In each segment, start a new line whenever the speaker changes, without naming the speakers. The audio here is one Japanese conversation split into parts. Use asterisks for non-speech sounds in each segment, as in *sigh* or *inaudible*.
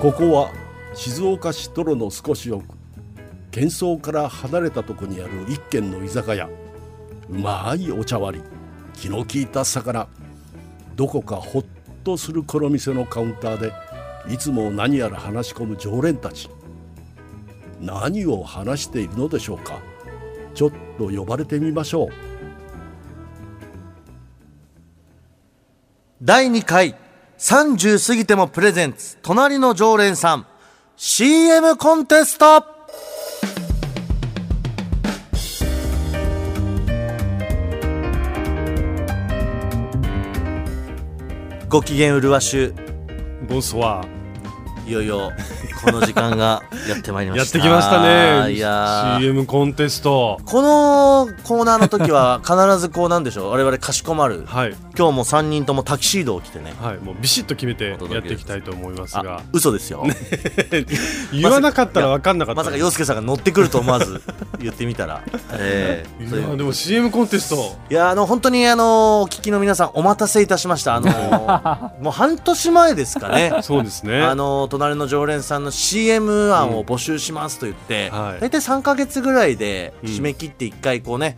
ここは静岡市泥の少し奥喧騒から離れたとこにある一軒の居酒屋うまいお茶割り気の利いた魚どこかほっとするこの店のカウンターでいつも何やら話し込む常連たち何を話しているのでしょうかちょっと呼ばれてみましょう
第2回30過ぎてもプレゼンツ隣の常連さん CM コンテストご機嫌うるわしゅ
ボンソワ
いよいよこの時間がやってまいりま
*laughs* やっ
した
てきましたね
いやー
CM コンテスト
このコーナーの時は必ずこうなんでしょう我々かしこまる
はい
今日も3人ともタキシードを着てね
はいもうビシッと決めてや
お届け
っ
です
ていきたいと思います
あ
が
嘘ですよ
言わなかったら分かんなかった
まさか洋介さんが乗ってくると思わ
*laughs*
ず言ってみたら、ええそう
い
いう
やでも CM コンテスト
いやあの本当にあのお聞きの皆さんお待たせいたしましたあ
*laughs*
のもう半年前ですかね
そうですね
あの隣の常連さんの CM 案を募集しますと言って、
うんはい
大体3か月ぐらいで
うん
締め切って1回こうね、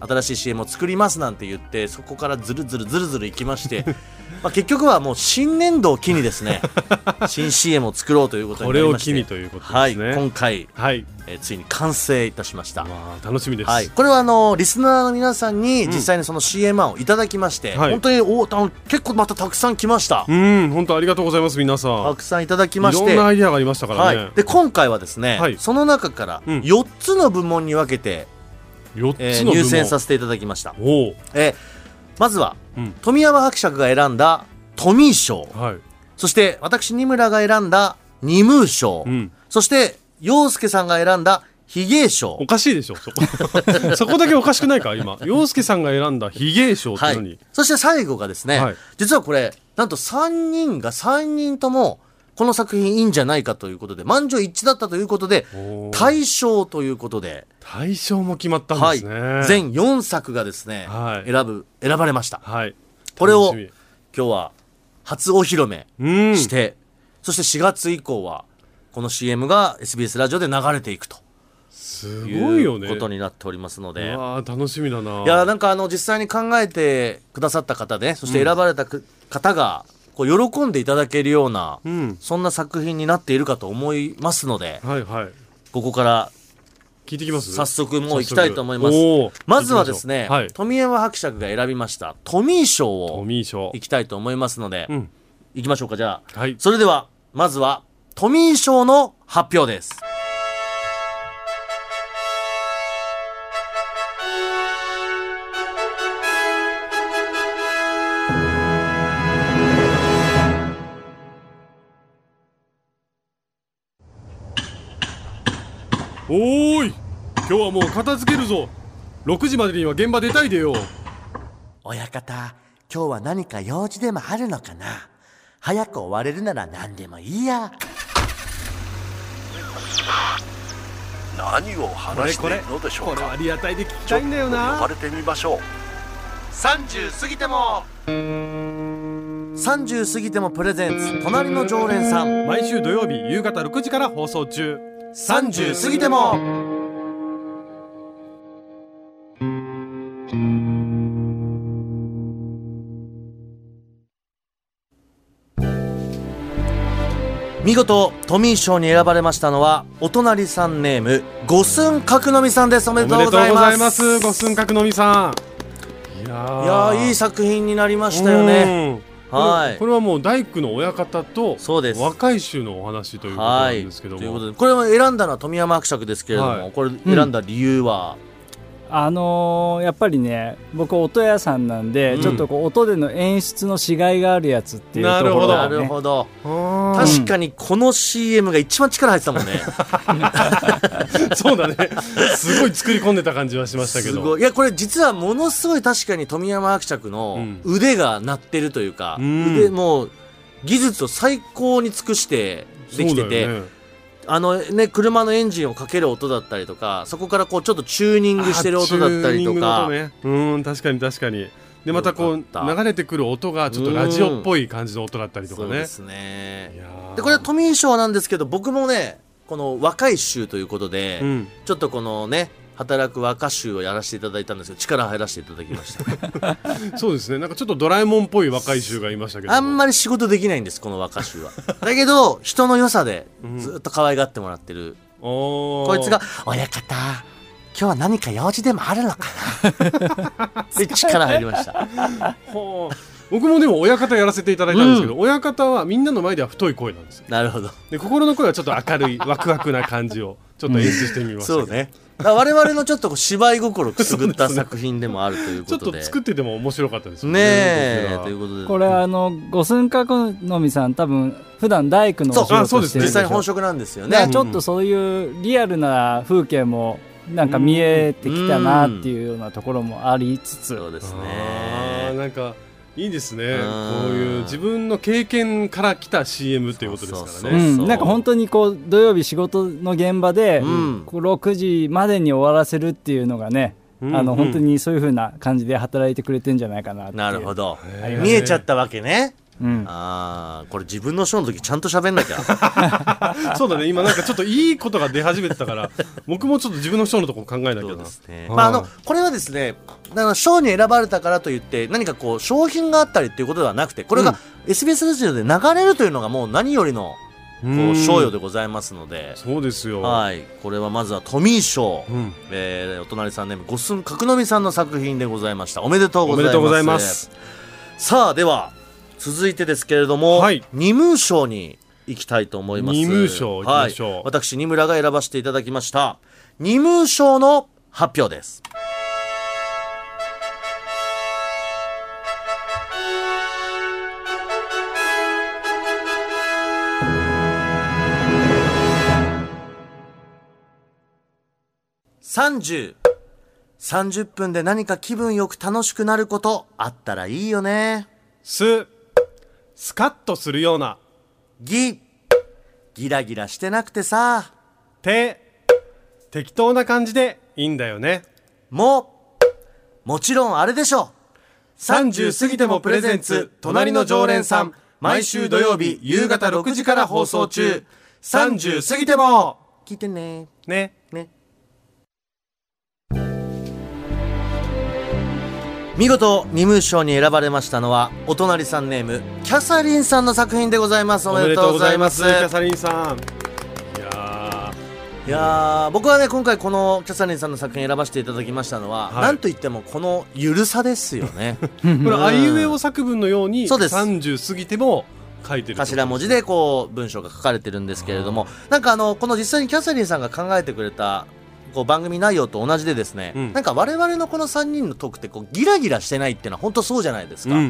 新しい CM を作りますなんて言ってそこからずるずるずるずるいきまして
*laughs*
まあ結局はもう新年度を機にですね新 CM を作ろうということ
こ
にな
れ
り
を
まして
機にということ
は
で
い、
すね
今回、
はい
えーついに完成いたしました、
まあ楽しみです
はい、これはあのリスナーの皆さんに実際にその CM 案をいただきまして、
はい
本当におた結構またたくさん来ました、
うん本当ありがとうございます皆さん
たくさんいただき
い
まし
ろ
て
んなアイディアがありましたから
は
ね
い、で今回はですね、
はい
その中から
うん
4つの部門に分けて、
4
えー
つの部
入選さ
門
せていただきました、
お
えーまずは、
うん
富山伯爵が選んだトミー賞
おはい
そして私二村が選んだ二ムー賞、
うん
そして洋介さんが選んだヒゲ賞
おかしいでし
*laughs*
ょそこそこだけおかしくないか今洋介さんが選んだヒゲ賞って
は
何、
い、そして最後がですね、
はい
実はこれなんと3人が3人ともこの作品いいんじゃないかということで満場一致だったということで
おー
大賞ということで
大賞も決まったん
は
で
い
すね、、
全4作がですね、
はい
選ぶ選ばれました
はい
これを
楽し
今日は初お披露目
みうん
して、そして4月以降はこの CM が SBS ラジオで流れていくと
す
い
ごいよ
う
ね
ことになっておりますので
うわー楽しみだない
やなんかあの実際に考えてくださった方でそして選ばれたく方がこう喜んでいただけるような、
うん
そんな作品になっているかと思いますので
はいはい
ここから
聞いてきます
早速もう行きたいと思います
早速おー
まずはですね、
行きましょうはい
富山伯爵が選びましたトミー賞
ト
を
ミー賞
いきたいと思いますので、
うん
いきましょうかじゃあ、
はい
それではまずはトミー賞の発表です
おーい今日はもう片付けるぞ6時までには現場出たいでよ
親方今日は何か用事でもあるのかな早く終われるなら何でもいいや
何を話しているのでしょうか
リアタイで聞き
ちょっと呼ばれてみましょう
30過ぎても30過ぎてもプレゼンツ隣の常連さん
毎週土曜日夕方6時から放送中
30過ぎても見事トミー賞に選ばれましたのはお隣さんネーム五寸角のみさんですお
お
め
め
で
で
と
と
う
う
ご
ご
ざ
ざ
い
い
ま
ますすご寸角のみさんいやー
いやーいい作品になりましたよね
うん
はい
これこれはもう大工の親方と
そうです
若い衆のお話ということな
は
ん
い
ですけ
と
ど
いう
も、
ことでこれを選んだのは富山伯爵ですけれども、
はい
これ選んだ理由は、
あのーやっぱりね僕音屋さんなんで、
うん
ちょっとこう音での演出のしがいがあるやつっていうところ
な
が、ね、
るほど
あ
確かにこの CM が一番力入ってた
*laughs*
もんね
ーそうだねすごい作り込んでた感じはしましたけ
す
ど
ごいいやこれ実はものすごい確かに富山伯爵の
うん
腕が鳴ってるというか、
うん
腕もう技術を最高に尽くしてできて
そうだ
て、
よね
あのね車のエンジンをかける音だったりとかそこからこうちょっとチューニングしてる音だったりとか
あチューニングの音ね、うん確かに確かにでまたこう
よかった
流れてくる音がちょっとラジオっぽい感じの音だったりとか
そうで
ね
すね
いやー
でこれはトミー賞なんですけど僕もねこの若い衆ということで、
うん
ちょっとこのね働く若衆をやらせていただいたんですけど力入らせていただきま
*laughs*
した
そうですねなんかちょっとドラえもんっぽい若い衆がいましたけど
あん
ま
まり仕事できないんですこの若
*laughs*
衆はだけど人の良さでずっと可愛がってもらってる、
こ
こいつが「親方今日は何か用事でもあるのかな」
*laughs*
で力入りました
ほう僕もでも親方やらせていただいたんですけど、親方はみんなの前では太い声なんですよ
なるほど
で心の声はちょっと明るいワクワクな感
*laughs*
じをちょっと演出してみましたけ
そ
ど
うねだから我々のちょっとこう芝居心くすぐった作品でもあるという
ちょ
こ
っ
とで
と作ってても面白かったですよ
ねえ
僕ら
ということで
これあの五寸角のみさん多分普段大工のお仕
そう
あそう
事
で
し
す
て
実
ね
るでしょ
際本職なんですよ
だか
ね
らちょっとそういうリアルな風景もなんか見えてきたなっていうようなところもありつつ
そうです
あー
ね
なんかいいですね
うん
こういう自分の経験から来た CM っていうことですから
そううそ
ね
ん、なんか本当にこう土曜日仕事の現場で、
うん
こう6時までに終わらせるっていうのがね、あ
うんう
の
ん
本当にそういう風な感じで働いてくれてんじゃないかなっていう
なるほ、ど
あります
見えちゃったわけね
うん、
ああこれ自分のショーの時ちゃんと喋んな
*laughs*
きゃ
そうだね今なんかちょっといいことが出始めてたから
*laughs*
僕もちょっと自分の人のとこ考えなきゃ
そうで
な
すね
うん
まああのこれはですねだから賞に選ばれたからといって何かこう商品があったりっていうことではなくてこれが SBS ラジオで流れるというのがもう何よりのこ
う
うん賞与でございますので
そうですよ、
はいこれはまずはトミー賞
うん
えーお隣さんネーム五寸角のみさんの作品でございましたおめでとう
お
ござ
め
います
でとうございます
さあでは続いてですけれども、
はい
二ム賞に行きたいと思います
二ム賞行きましょう
はい、私二村が選ばせていただきました二ム賞の発表です3030分で何か気分よく楽しくなることあったらいいよね
すスカッとするような
ギギラギラしてなくてさ
手適当な感じでいいんだよね
ももちろんあれでしょ
30過ぎてもプレゼンツ隣の常連さん毎週土曜日夕方6時から放送中30過ぎても
聞いてね
ね
ね見事二ム賞に選ばれましたのはお隣さんネームキャサリンさんの作品でございますおめでとうございます
おめでとうございますキャサリンさんいや
いやー僕はね今回このキャサリンさんの作品選ばせていただきましたのは、
はい
なんといってもこのゆるさですよ
*laughs*
ね
ーこれあいうえお作文のように
そうです
30過ぎても書いてる
頭文字でこう文章が書かれてるんですけれどもなんかあのこの実際にキャサリンさんが考えてくれたこう番組内容と同じでですね、
うん
なんか我々のこの3人のトークってこうギラギラしてないっていうのは本当そうじゃないです
うん
か、
うんう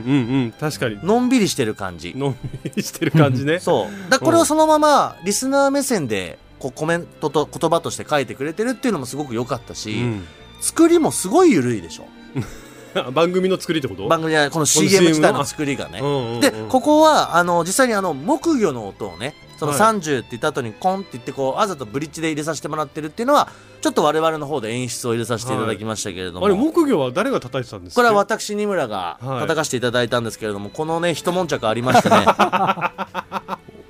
ん確かに
のんびりしてる感じ
のんびりしてる感じね
そうだからこれをそのままリスナー目線でこうコメントと言葉として書いてくれてるっていうのもすごく良かったし、
うん
作りもすごい緩いでしょ
あ番組の作りってこと
番組はこの CM 自体の作りがね、
うんうんうん
でここはあの実際にあの木魚の音をねその
はい
30って言った後にコンって言ってこうあざとブリッジで入れさせてもらってるっていうのはちょっと我々の方で演出を入れさせていただきましたけれども、
あれ木魚は誰が叩いてたんですか
これは私二村が
はい
叩かせていただいたんですけれども、このね一悶着ありましてね
*laughs*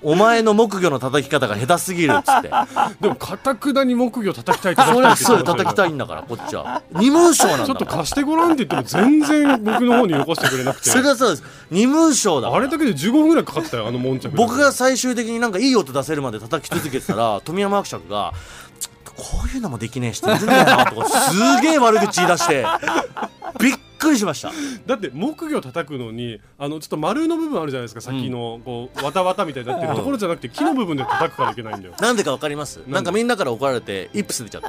お前の木魚の叩き方が下手すぎるっつ
*laughs*
って
でもかたくなに木魚叩きたい
そ
叩き
り
たい
ゃ
って
そうよ
言ってま
叩
し
き
た
たいんだからこっちは二文章なん
ち
だ
ょ
か
っと
ら
貸してごらんって言っても全然僕の方によこしてくれなくて
それはそうです二文章だから
あれだけで15分ぐらいかかってたよあの悶着
僕が最終的になんかいい音出せるまで叩き続けてた *laughs* ら富山伯爵が「ちょっとこういうのもできねえし全然だな」とかすげえ悪口言い出してびっくりしました
だって木魚叩くのにあのちょっと丸の部分あるじゃないですか先のこうわたわたみたいになってるところじゃなくて木の部分で叩くからいけないんだよ
なんでかわかります
で
なんかみんなから怒られてイップス出ちゃっ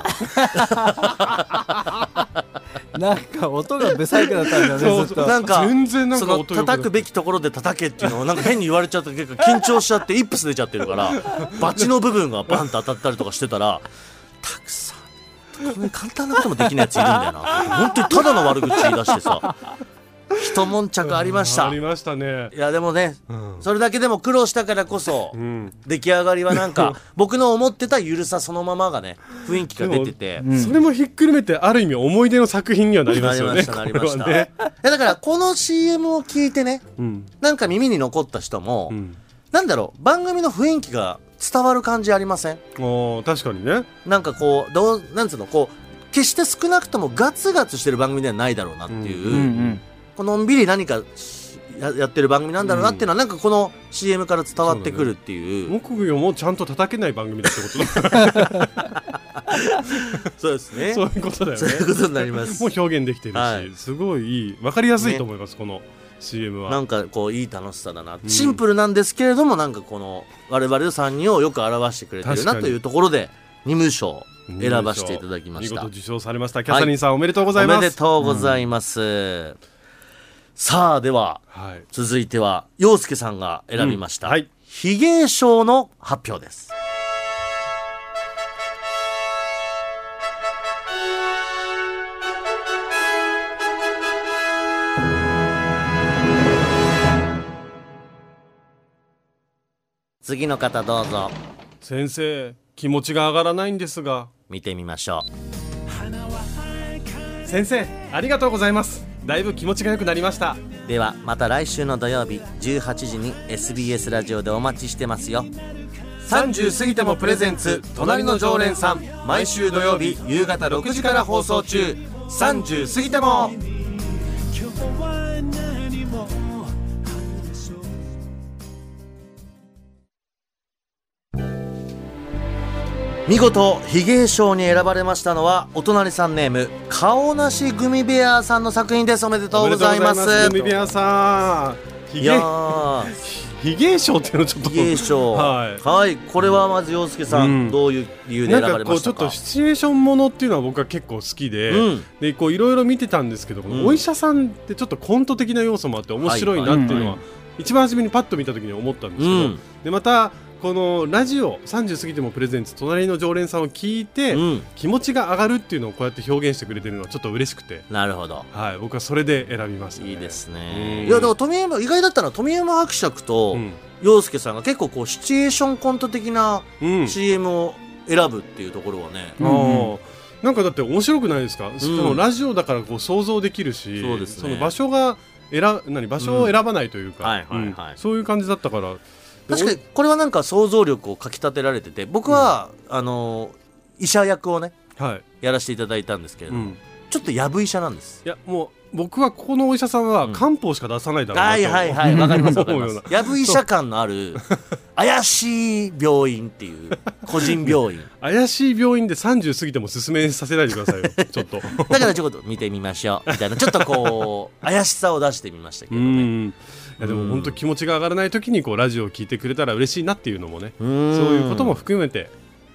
た
なんか音が不細工だったんだね
そう
ずっ
そう
と
なんか
全然なん
そ
か
の
音良くな
叩くべきところで叩けっていうのをなんか変に言われちゃって結構緊張しちゃってイップス出ちゃってるからバチの部分がバンと当たったりとかしてたらたくさんこんな簡単なこともできないやついるんだよな本当にただの悪口言い出してさ一悶着ありました
あり
い
ましたね。
やでもね
うん。
それだけでも苦労したからこそ
うん。
出来上がりはなん
*laughs*
か僕の思ってたゆるさそのままがね雰囲気が出てて
うん
それもひっくるめてある意味思い出の作品にはなりますよね。
なりましたな
これ
り
はね。
ましたえだからこの CM を聞いてね
うん。
なんか耳に残った人も、
うん。
なんだろう番組の雰囲気が伝わる感じありません
おー確かにね。
なんかこうどうなんつうのこう決して少なくともガツガツしてる番組ではないだろうなっていう、
う
うん
こうのんびり何かしややってる番組なんだろうなっていうのは、なんかこの CM から伝わってくるっていう
木魚もちゃんと叩けない番組だってことだ。
そうですね
*laughs* そういうことだよ
そう
ね。
いうことになります
もう表現できてるし、
はい
すごいいいわかりやすいと思います、この CM
な
は。
んかこういい楽しさだな、
うん
シンプルなんですけれどもなんかこの我々の3人をよく表してくれてる
確か
な
に
というところで2無賞選ばせていただきました
見事受賞されましたキャサリンさん、おめでとうござい
お
ます。
めでとうございます、さあでは
はい。
続いては陽介さんが選びました、
うんはい
ヒゲ賞の発表です次の方どうぞ
先生、気持ちが上がらないんですが。
見てみましょ
先生、ありがとうございます。だいぶ気持ちが良くなりました。
うではまた来週の土曜日18時に SBS ラジオでお待ちしてますよ
30過ぎてもプレゼンツ隣の常連さん毎週土曜日夕方6時から放送中30過ぎても
見事ヒゲ賞に選ばれましたのはお隣さんネーム顔なしグミベアさんの作品ですおめでとうございます
おめでとうございますグミビアさんひ
い
げ
やー
ひげ賞っていうのちょっと
ヒゲ賞
*laughs* は
はい
い、
これはまず陽介さん、
うん
どういう理由で
な
選ば
んか
れ
こ
ま
う
し
ちょ
た
っ
か
とシチュエーションものっていうのは僕は結構好きで、
うん
でこういろいろ見てたんですけど、こ
うん
のお医者さんってちょっとコント的な要素もあって面白いなっていうの
はいはい
は一番初めにパッと見た時に思ったんですけど、
うん
でまたこのラジオ30過ぎてもプレゼンツ隣の常連さんを聞いて、
うん
気持ちが上がるっていうのをこうやって表現してくれてるのはちょっと嬉しくて、
なるほど
はい、僕はそれで選びました、ね、
いいです
う
ね
ん
いやでも富山意外だったのは富山伯爵と、
うん、
陽介さんが結構こうシチュエーションコント的な
うん、
CM を選ぶっていうところはね、
うん
ああなんかだって面白くないですか、そのラジオだからこう想像できるし
そうですね
の場所が選何場所を選ばないという
うんは
か
いは
う
い
ん
はい
そういう感じだったから
確かにこれはなんか想像力をかき立てられてて僕は、あの医者役をね
はい、
やらせていただいたんですけれ
う
ど、
ん、
ちょっとやぶ医者なんです
いやもう僕はここのお医者さんは
うん
漢方しか出さないだろうな
はいはいはいわかりますわかりま
思うよ
すやぶ医者感のある怪しい病院っていう個人病
*laughs*
院
怪しい病院で30過ぎても勧めさせないでくださ
*laughs*
いよちょっと
だからちょっと見てみましょうみたいなちょっとこ
*laughs*
う怪しさを出してみましたけ
う
どね
んいやでも本当気持ちが上がらない時にこうラジオを聞いてくれたら嬉しいなっていうのもね
そ
そういうことも含めて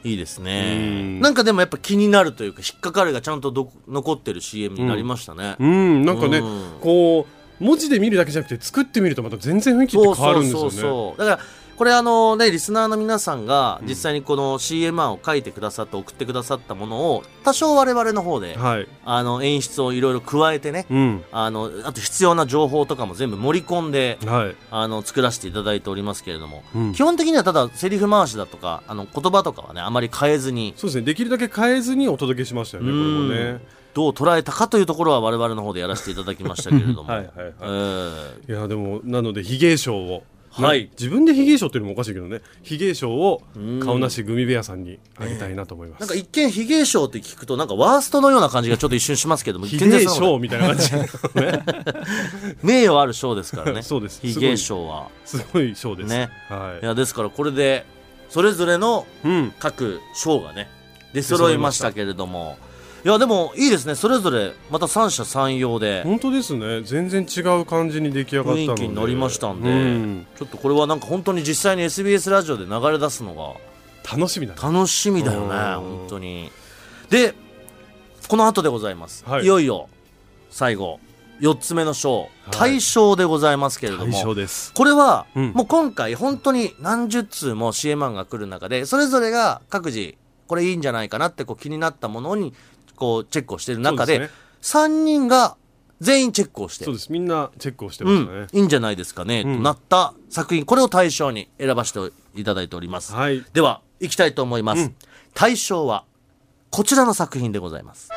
いいです
う
ね
ん
なんかでもやっぱ気になるというか引っかかるがちゃんとど残ってる CM になりましたね、
うんなんかね
うん
こう文字で見るだけじゃなくて作ってみるとまた全然雰囲気って変わるんですよね。
うだからこれあのねリスナーの皆さんが実際にこの CM 案を書いてくださって送ってくださったものを多少我々の方で
はい。
あの演出をいろいろ加えてね
うん。
あのあと必要な情報とかも全部盛り込んで
はい。
あの作らせていただいておりますけれども、
うん
基本的にはただセリフ回しだとかあの言葉とかはねあまり変えずに
そうですね。できるだけ変えずにお届けしましたよね。これも
う
ね
ん。どう捉えたかというところは我々の方でやらせていただきましたけれども
*laughs* はいはいはい
えー
いやでもなので非芸賞を。
はい
な自分で非芸賞っていうのもおかしいけどね。非芸賞を顔なしグミベアさんにあげたいなと思いま
なん
す。
か一見、ヒゲ賞って聞くと、なんかワーストのような感じがちょっと一瞬しますけども、
非
全然
芸
そんなこ
賞みたいな感じ。 *laughs*
と名誉ある賞ですからね。
そうです
ヒゲ賞は。
すごい賞です。
ね。い
は
や、ですからこれで、それぞれの
い。うん。
各賞がね、出揃いましたけれども、いや、でもいいですね。それぞれ、また三者三様で、
本当ですね。全然違う感じに出来上がったので。
雰囲気になりましたんで
うん
ちょっとこれはなんか本当に実際に SBS ラジオで流れ出すのが、
楽しみだね。
楽しみだよね
うん
本当にでこの後でございます、
はい
い、よいよ最後4つ目の賞、大賞でございますけれど
対象
も
です。
これは、
うん
もう今回本当に何十通も CM 案が来る中でそれぞれが各自これいいんじゃないかなってこう気になったものにこうチェックをしてる中で
そうですね
3人が全員チェックをして
そうですみんなチェックをしてま
う
した
ん
ね、、
いいんじゃないですかね、
ん
となった作品これを対象に選ばせていただいております、
はい
では行きたいと思います、対象はこちらの作品でございます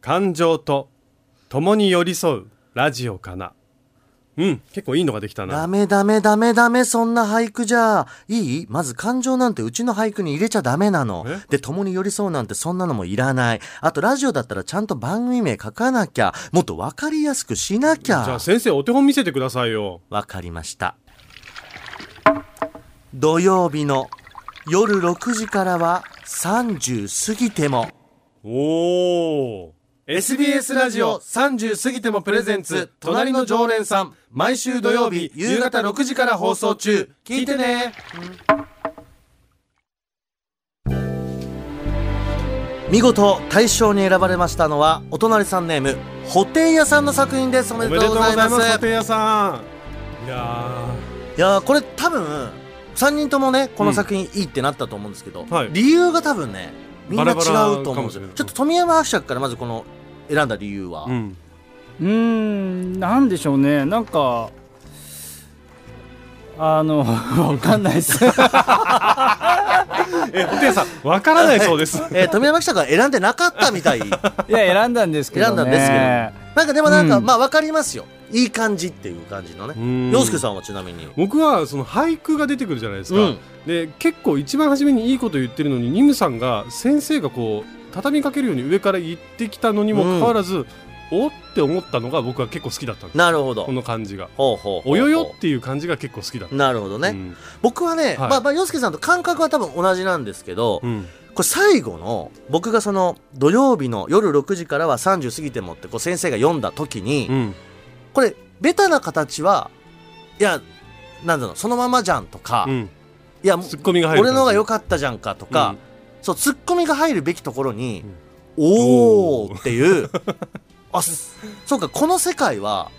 感情と共に寄り添うラジオかなうん結構いいのができた
ダ
な
メダメダメダメそんな俳句じゃいいまず感情なんてうちの俳句に入れちゃダメなの
え
で共に寄り添うなんてそんなのもいらないあとラジオだったらちゃんと番組名書かなきゃもっと分かりやすくしなき
じゃあ
ゃ
先生お手本見せてくださいよ
わかりました土曜日の夜6時からは30過ぎても
おお SBS ラジオ30過ぎてもプレゼンツ隣の常連さん毎週土曜日夕方6時から放送中聞いてね
見事大賞に選ばれましたのはお隣さんネームホテイヤさんの作品ですお
お
め
め
で
で
と
と
う
う
ご
ご
ざ
ざ
い
い
ま
ますす家庭屋さんいや
いやーこれ多分3人ともねこの作品いいってなったと思うんですけど、
はい
理由が多分ねみんな違
バラバラ
うと思うんですよ
かもしれない
ちょっと富山伯爵からまずこの選んだ理由は、
ーうん
うーんなんでしょうねなんかあの *laughs* わかんないです
えホテイヤさんわからないそう *laughs* です
えー富山伯爵は選んでなかったみ *laughs* たいない
や選んだんですけど、ね、
選んだんですけどんかでもなんか、
うん
まあわかりますよいい感じっていう感じのね
ん
洋介さんはちなみに
僕はその俳句が出てくるじゃないですか、
うん
で結構一番初めにいいこと言ってるのにニムさんが先生がこう畳みかけるように上から言ってきたのにもかかわらず、おって思ったのが僕は結構好きだったんです
なるほど
この感じが
ほうほうほうほう
およよっていう感じが結構好きだった
なるほどね、
うん
僕はね、
はい
まあまあ洋介さんと感覚は多分同じなんですけど、
うん
これ最後の僕がその土曜日の夜6時からは30過ぎてもってこう先生が読んだ時に、
うん
これベタな形はいやなんだろうそのままじゃんとか、
うん
いやもう
ツッコミが入る
俺のが良
く
かったじゃんかとか、
うん
そうツッコミが入るべきところに、おーっていうあすそうかこの世界は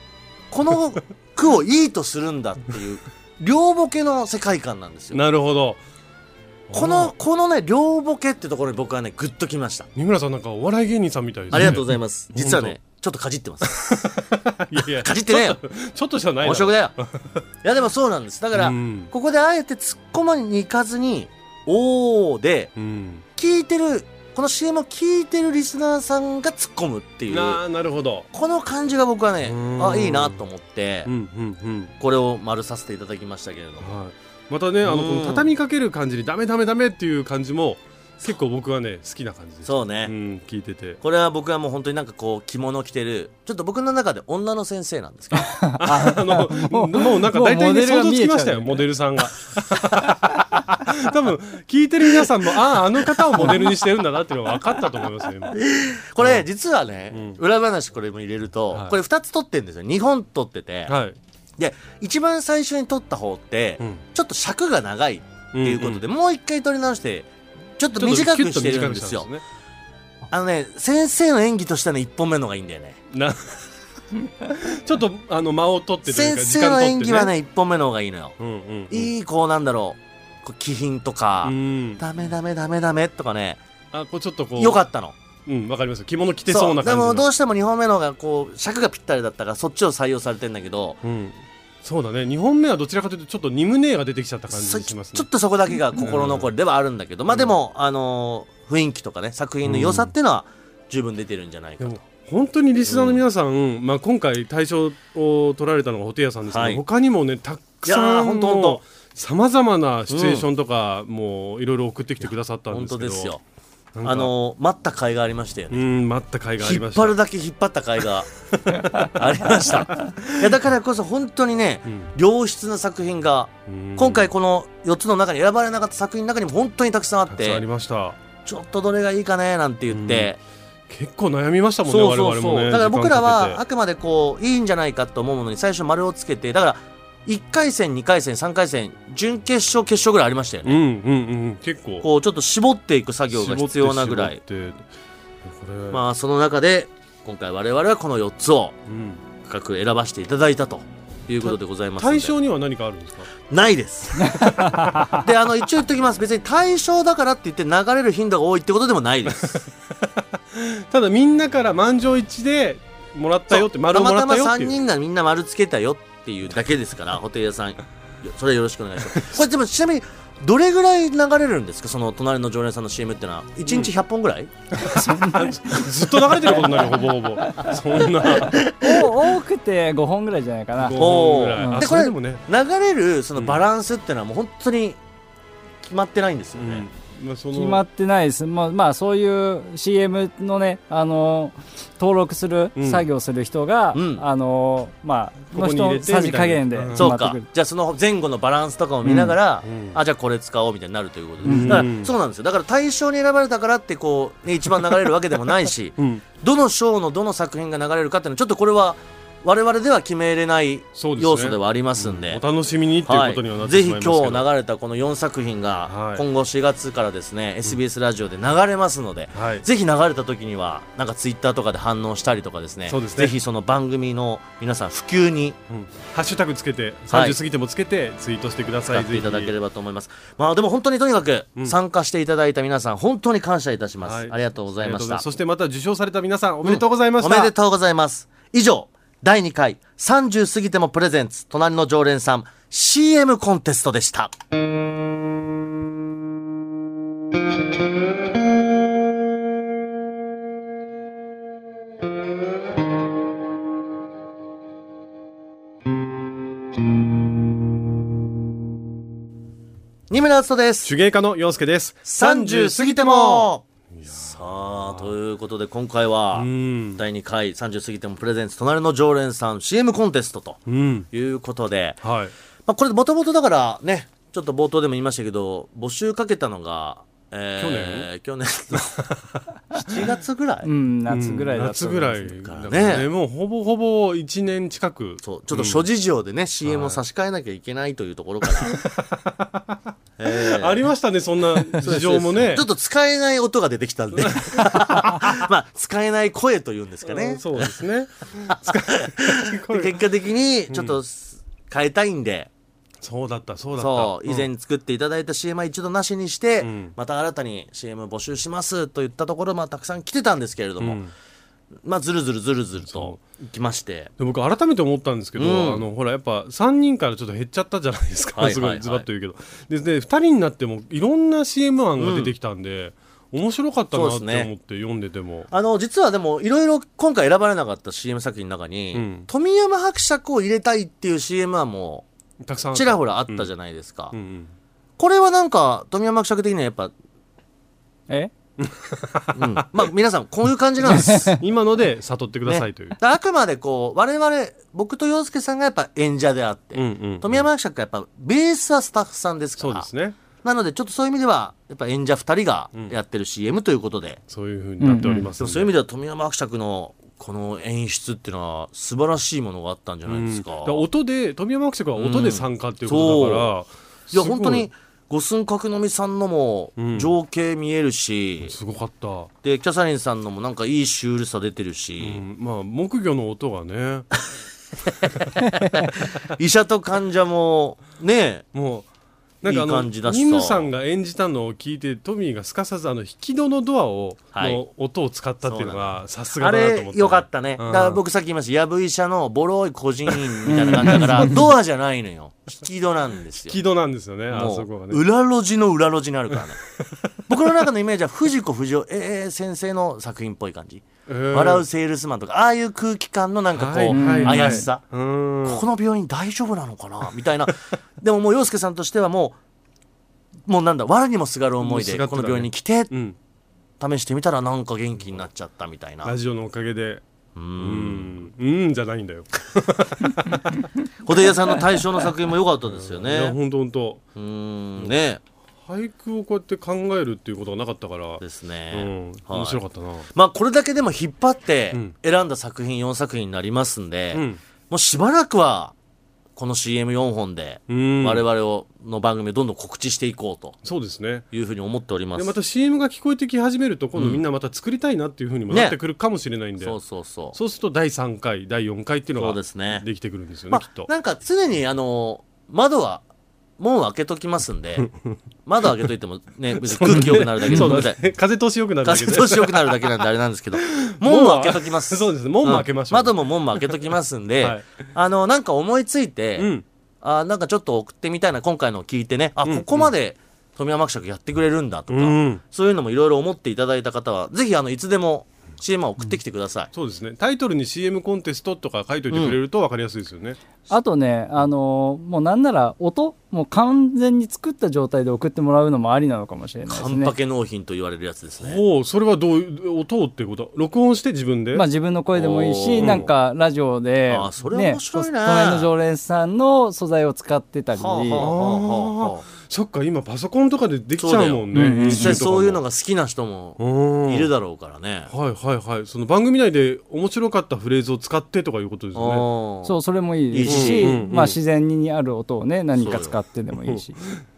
この句をいいとするんだっていう両ボケの世界観なんですよ。
なるほど
このこのね両ボケってところに僕はねグッときました。
三村さんなんかお笑い芸人さんみたいですね
ありがとうござ
い
います。実はね、ちょっとかじってます。
ますいやいや
かじってねえよ。
ちょっとじゃない
面白くだよ。
*laughs*
いや、でもそうなんです。だから、
うん
ここであえて突っ込まに行かずに、おーで、
うん
聞いてる、この CM を聞いてるリスナーさんが突っ込むっていう、
ななるほど
この感じが僕はね
う、ん
あ、いいなと思って
うん、うんうん
これを丸させていただきましたけれども。
はい、またねあの
うん
この畳みかける感じにダメダメダメっていう感じも結構僕はね好きな感じです
そうね。
ん、聞いて
*laughs*
て
これは僕はもう本当になんかこう着物着てる、ちょっと僕の中で女の先生なん
*laughs*
ですけど、
あのもうもうなんか大体ね
もうモデルが
想像つきましたよ
見
モデルさんが *laughs* 多分聞いてる皆さんもあああの方をモデルにしてるんだなっていうのが分かったと思いますよ今
これ実はね、
うん
裏話これも入れると、
はい
これ2つ撮ってるんですよ。2本撮ってて。
はい、
で一番最初に撮った方って、
ん、
ちょっと尺が長いっていうことで、もう一回撮り直してちょっ
ちょっ
と
と
短くして
キュッと
る
短
ん
く
で
した
すよ
ね
あのね先生の演技としてはね1本目の方がいいんだよね
な *laughs* ちょっとあの間を取ってとい
先
うか時
生の
間取って、ね、
演技はね1本目の方がいいのよ、
うんうんうん、
いいこうなんだろうこう気品とか、
うん、
ダメダメダメダメとかね
あこうちょっとこう
よかったの
うんわかります着物着てそうな感じ
で
の
もどうしても2本目の方がこう尺がぴったりだったからそっちを採用されてんだけど
うん、そうだね2本目はどちらかというとちょっとニムネーが出てきちゃった感じ
そ
が
ち
し
ょ
ますね
ちょっとそこだけが心残りではあるんだけど、まあでも、あのー雰囲気とかね作品の良さっていうのは十分出てるんじゃないか
で
と、
も本当にリスナーの皆さん、まあ、今回大賞を取られたのがホテイヤさんですけど、
はい
他にもねたく
いや
さ
ーほん
ん
とほんと
さまざまなシチュエーションとか、もういろいろ送ってきてくださったん
本
です
当
けど
ですよ
なんか
あのー待った甲斐がありましたよね、
うん待った甲斐があり
引
ま
っ
した
張るだけ引っ張った甲斐
*laughs*
がありましたいやだからこそ本当にね、
うん
良質な作品が
うん
今回この4つの中に選ばれなかった作品の中にも本当にたくさんあった
くさんあ
て
りました
ちょっとどれがいいかねなんて言って、
結構悩みましたもんね
そうそう
我々
そう、
もね
だから僕らはあ
時間かけて
くまでこういいんじゃないかと思うものに最初丸をつけてだから1回戦2回戦3回戦準決勝決勝ぐらいありましたよ
う
ね、
んうんうん結構
こうちょっと絞っていく作業が
絞って
必要なぐらい
絞ってこれ、
まあその中で今回我々はこの4つを
うん
深く選ばせていただいたということでございますので
対象には何かあるんですか
ないですであの一応言っときます別に対象だからって言って流れる頻度が多いってことでもないです
ただみんなから満場一致でもらったよって
た
丸を
ま
もら
た
っ
ま
たよって
3
いう
人がみんな丸つけたよっていうだけですから布袋屋さんよそれよろしくお願いしますこれでもちなみにどれぐらい流れるんですかその隣の常連さんの CM ってのは1日100本ぐらい、
ずっと流れてることになるよほぼほ
*laughs*
ぼそんな
お多くて5本ぐらいじゃないかな
5本ぐらい
おー
あ
で
そ
これ
れでもね
流れるそのバランスってのはもう本当に決まってないんですよね、
うんまあそ
決ま
の
ってないです、まあ、まあそういう CM のねあの登録する、
うん
作業する人が、
うん
あのまあ
ここに入れて
の人のさじ加減で
みたいなうん
決
そ
ま
う
って
か
くる
じゃあその前後のバランスとかも見ながら、
うん
あじゃあこれ使おうみたいになるということで、
うん
だか
うん
らそうなんですよだから大賞に選ばれたからってこう、ね、一番流れるわけでもない *laughs* し
うん
どの賞のどの作品が流れるかっていうのはちょっとこれは我々では決めれない
そうですね
要素ではありますんで
お楽しみにっていうことにはなって
ぜ
し
ひ
まい
今
ますけど
日流れたこの4作品
は
が
い
今後4月からですね、SBS ラジオで流れますので、
はい
ぜひ流れた時にはなんかツイッターとかで反応したりとかですね
そうですね
ぜひその番組の皆さん普及に
うんハッシュタグつけて
はい
30過ぎてもつけてツイートしてくださ
使っ
いぜ
て
ひ
いただければと思います、まあでも本当にとにかく
うん
参加していただいた皆さん本当に感謝いたします、
はい
ありがとうございました
ありがとうございますそしてまた受賞された皆さんおめでとうございまし
お
た、
めでとうございます以上第2回30過ぎてもプレゼンツ隣の常連さん CM コンテストでした二村敦人です
手芸家の洋介です
30過ぎてもさあということで今回は
うん
第2回30過ぎてもプレゼンツ隣の常連さん CM コンテストと
うん
いうことで、
はい
まあ、これもともとだからねちょっと冒頭でも言いましたけど募集かけたのが、えー、去年の7月ぐらい、
うん夏ぐらいだった
夏ぐらい
からね
だねもうほぼほぼ1年近く
そうちょっと諸事情でね、CM を差し替えなきゃいけないというところから、えー
*laughs* ありましたねそんな事情もね
ちょっと使えない音が出てきたんでまあ使えない声というんですかね
うんそうですね
で結果的にちょっと変えたいんで、
そうだったそうだった
そう以前作っていただいた CM は一度なしにして、
ん
また新たに CM 募集しますといったところ、まあ、たくさん来てたんですけれども、
うん
まあずるずるずるずると行きまして
で僕改めて思ったんですけど、
うん
あのほらやっぱ3人からちょっと減っちゃったじゃないですか、
はい
すご
はい
い
はい
ズバッと言うけど、でで2人になってもいろんな CM 案が出てきたんで、面白かったなって
そう
思
ですね
って読んでても、
あの実はでもいろいろ今回選ばれなかった CM 作品の中に、
うん
富山伯爵を入れたいっていう CM はも
たくさん
う
あった
ちらほらあったじゃないですか、
うんうん
これはなんか富山伯爵的にはやっぱ、
え
*laughs*
うん、まあ皆さんこういう感じなんです
今ので悟ってくださいという、
ね、あくまでこう我々僕と洋介さんがやっぱ演者であって、
うんうんうん
富山伯爵がやっぱベースはスタッフさんですか
そう
ら
ですね
なのでちょっとそういう意味ではやっぱ演者2人がやってる CM ということで、
そういうふうになっております
でも
ん
そういう意味では富山伯爵のこの演出っていうのは素晴らしいものがあったんじゃな
う
い
ん
です
だ
か。
から音で富山学生が音で参加っていうことだから、
いや
すご
本当に五寸角のみさんのも
うん
情景見えるし、
すごかった、う
でキャサリンさんのもなんかいいシュールさ出てるし、
ん、まあ木魚の音
*laughs*
がね
医者と患者もね
もうなんかあ
いい
の
感じだしさ
ニムさんが演じたのを聞いてトミーがすかさずあの引き戸のドアを、
はい
の音を使ったっていうのがさす
あ
がだなと思
れ
った
よかったね、
うん
だから僕さっき言いましたやぶ医者のボロい個人みたいな感じだからドアじゃないのよ引き戸なんです
引
よ
き戸なんですよねあ
も
そうこがね
裏路地の裏路地にあるからね
*laughs*
僕の中のイメージは藤子不二雄えー先生の作品っぽい感じ「笑うセールスマン」とかああいう空気感のなんかこう、
はいはいはい
怪しさ、
うーん
ここの病院大丈夫なのかなみたいなでももう洋介さんとしてはもうもうなんだ我にもすがる思い
もうす
で
がって
こ
た
の
ね
病院に来て
うん
試してみたらなんか元気になっちゃったみたいな
ラジオのおかげで
う
うんんうんじゃないんだよ
布袋屋さんの大賞の作品も良かったですよ
い
ね
や本当本当
うんね
俳句をこうやって考えるっていうことがなかったから
です
う
ね
ん、
はい
面白かったな、
まあこれだけでも引っ張って
うん
選んだ作品4作品になりますんで、
うん
もうしばらくはこの CM4 本で、
うん
我々をの番組をどんどん告知していこうと
そうですね
いうふうに思っておりま。
ですまた CM が聞こえてき始めると今度みんなまた作りたいなっていうふうにもなってくるかもしれないんで、
そうそうそう。
そうすると第3回第4回っていうの
そう
が
ですね
できてくるんですよね
ま
きっ
あ
と、
なんか常にあの、窓は、門は開けときますんで、窓開けといてもね、別に空気良くなるだけで、
そ
ごめ
うん
な
だ
さい
ね風通しよくなるだけ
風
で
通し良くなるだけなんであれなんです
*laughs*
けど、門は開けときます。
そうですね門も開けましょう、
窓も門も開けときますんで、
はい
あの、なんか思いついて、
うん
あなんかちょっと送ってみたいな、今回のを聞いてね、あ、
うん
ここまで富山伯爵やってくれるんだとか、
うん
そういうのもいろいろ思っていただいた方は、ぜひあの、いつでも CM を送ってきてください。
そうですねタイトルに CM コンテストとか書いといてくれると分かりやすいですよね、
あとね、あのーもうなんなら音、もう完全に作った状態で送ってもらうのもありなのかもしれないで
カ
す
ン
ね
パ。ケ納品と言われるやつですね。
おおそれはどういう音ってこと録音して自分で、
まあ自分の声でもいい
お
し、
ー
なんかラジオで、
あーそれ面白いね
隣の常連さんの素材を使ってたり、
はあはあはあはあ
そっか今パソコンとかでできちゃうもんね、
そうだようん
編
実
集
際
とかも
そういうのが好きな人も
うん
いるだろうからね。
はいはいはいその番組内で面白かったフレーズを使ってとかいうことですね
うん
そう、それもいいですし、
いいしうんうん
まあ自然にある音をね、何か使ってでもいいし。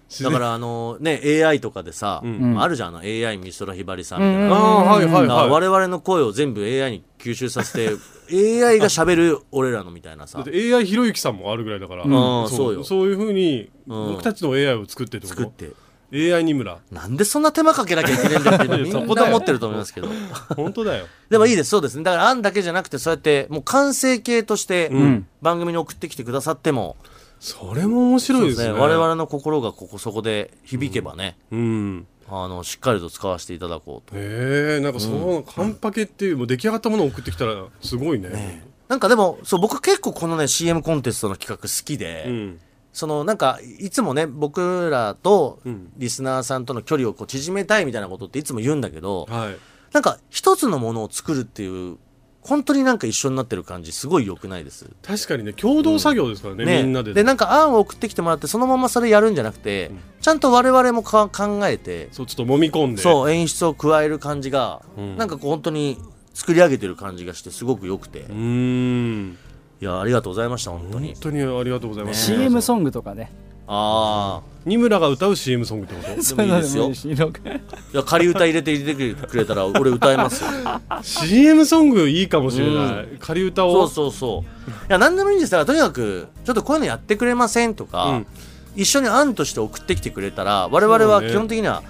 自
だ
然
からあのね、AI とかでさ、
ん
あるじゃん、あの AI 美空ひばりさんみたい
うん
な。
ああはいはい
だから
はい
我々の声を全部 AI に吸収させて、AI が喋る俺らのみたいな
だ
さ
っ。て AI ひろゆきさんもあるぐらいだから、
んそうよ
そういうふうに
うん
僕たちの AI を作ってって
作っ
こ
て。
と AI に村
なんでそんな手間かけなきゃいけないんだっていうのみ
そこだよ
んな思ってると思いますけど。
本当だよ
でもいいです、そうですね。だから案だけじゃなくて、そうやってもう完成形として
ん
番組に送ってきてくださっても、
それも面白いですね
我々の心がここそこで響けばね。
うん
あの、しっかりと使わせていただこうと。
へえなんかそのカンパケっていうもう出来上がったものを送ってきたらすごいね
なんかでも、そう、僕結構このね、CM コンテストの企画好きで、
うん
そのなんか、いつもね、僕らと
うん
リスナーさんとの距離をこう縮めたいみたいなことっていつも言うんだけど、
はい
なんか、一つのものを作るっていう、本当になんか一緒になってる感じ、すごい良くないです。
確かにね共同作業ですからね、
ね
みんなで
なんか案を送ってきてもらって、そのままそれやるんじゃなくて、ちゃんと我々もか考えて、
そうちょっと揉み込んで
そう、演出を加える感じが、
うん
なんかこう本当に作り上げてる感じがして、すごく良くて、
うーん
いや、ありがとうございました、本当に
本。当にありがとうございます、
ね
CM ソングとかね、
あ
二村が歌う CM ソングっ
*laughs*
てこ
もいいですよ
そういうのしなんか
あ。いや、仮歌入れて入れてくれたら、俺歌えますよ。
と CM ソングいいかもしれない、仮歌
そ
を
うそうそう。いや、なんでもいいんですから、とにかく、ちょっとこういうのやってくれませんとか、
うん
一緒に案として送ってきてくれたら、我々は
そうね
基本的には、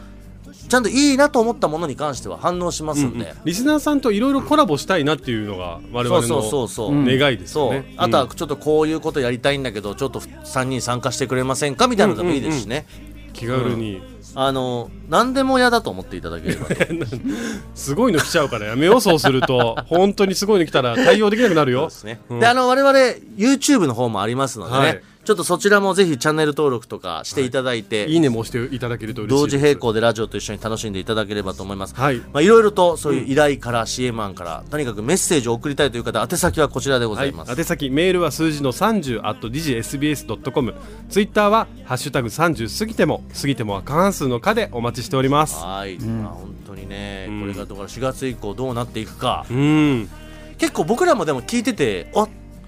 ちゃんといいなと思ったものに関しては反応しますんで。
リスナーさんといろいろコラボしたいなっていうのが我
そうそう
々
そう
の
そう。
ん
願いです
そ
よ
う
ね。
あとは
うん
ちょっとこういうことやりたいんだけど、ちょっと3人参加してくれませんかみたいなのでもいいですしね、
気軽に、
あの何でも嫌だと思っていただければ
*laughs*
と
すごいの来ちゃうからやめようそうす
*laughs*
ると本当にすごいの来たら対応できなくなる
そう
よ
ですね。
うん
で、あの、我々、YouTube の方もありますのでね、
はい
ちょっとそちらもぜひチャンネル登録とかしていただいて、
いいねも押していただけると嬉しい
同
です
時並行でラジオと一緒に楽しんでいただければと思います。
はい
まあ、いろいろとそういう依頼から CM 案から、とにかくメッセージを送りたいという方、宛先はこちらでござ
はいい
ます。
宛先メールは数字の30 at digsbs.com ツイッターは「ハッシュタグ #30 過ぎても過ぎても」は過半数の「か」でお待ちしております
はい、まあ本当にね、これがだから4月以降どうなっていくか、
うん
結構僕らもでも聞いてて、あ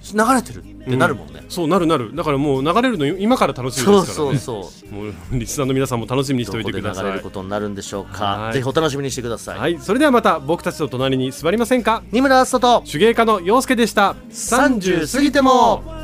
流れてるってなるもんね。
そうなるなるだからもう流れるの今から楽しみですから
そう
ね
そう
*laughs*
そう。
もうリスナーの皆さんも楽しみにして
ど
おい
こ
て
で
く
流
ださ
れ
い
ることになるんでしょう
は
か。
い
ぜひお楽しみにしてください。
はい、それではまた僕たちの隣に座りませんか
二村あすとと
手芸家の陽介でした
30過ぎても